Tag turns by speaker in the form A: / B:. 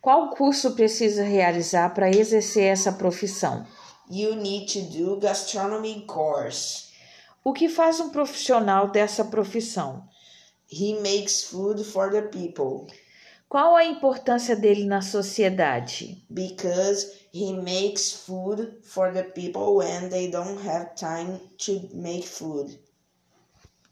A: Qual curso precisa realizar para exercer essa profissão?
B: You need to do gastronomy course.
A: O que faz um profissional dessa profissão?
B: He makes food for the people
A: Qual a importância dele na sociedade?
B: because he makes food for the people when they don't have time to make food.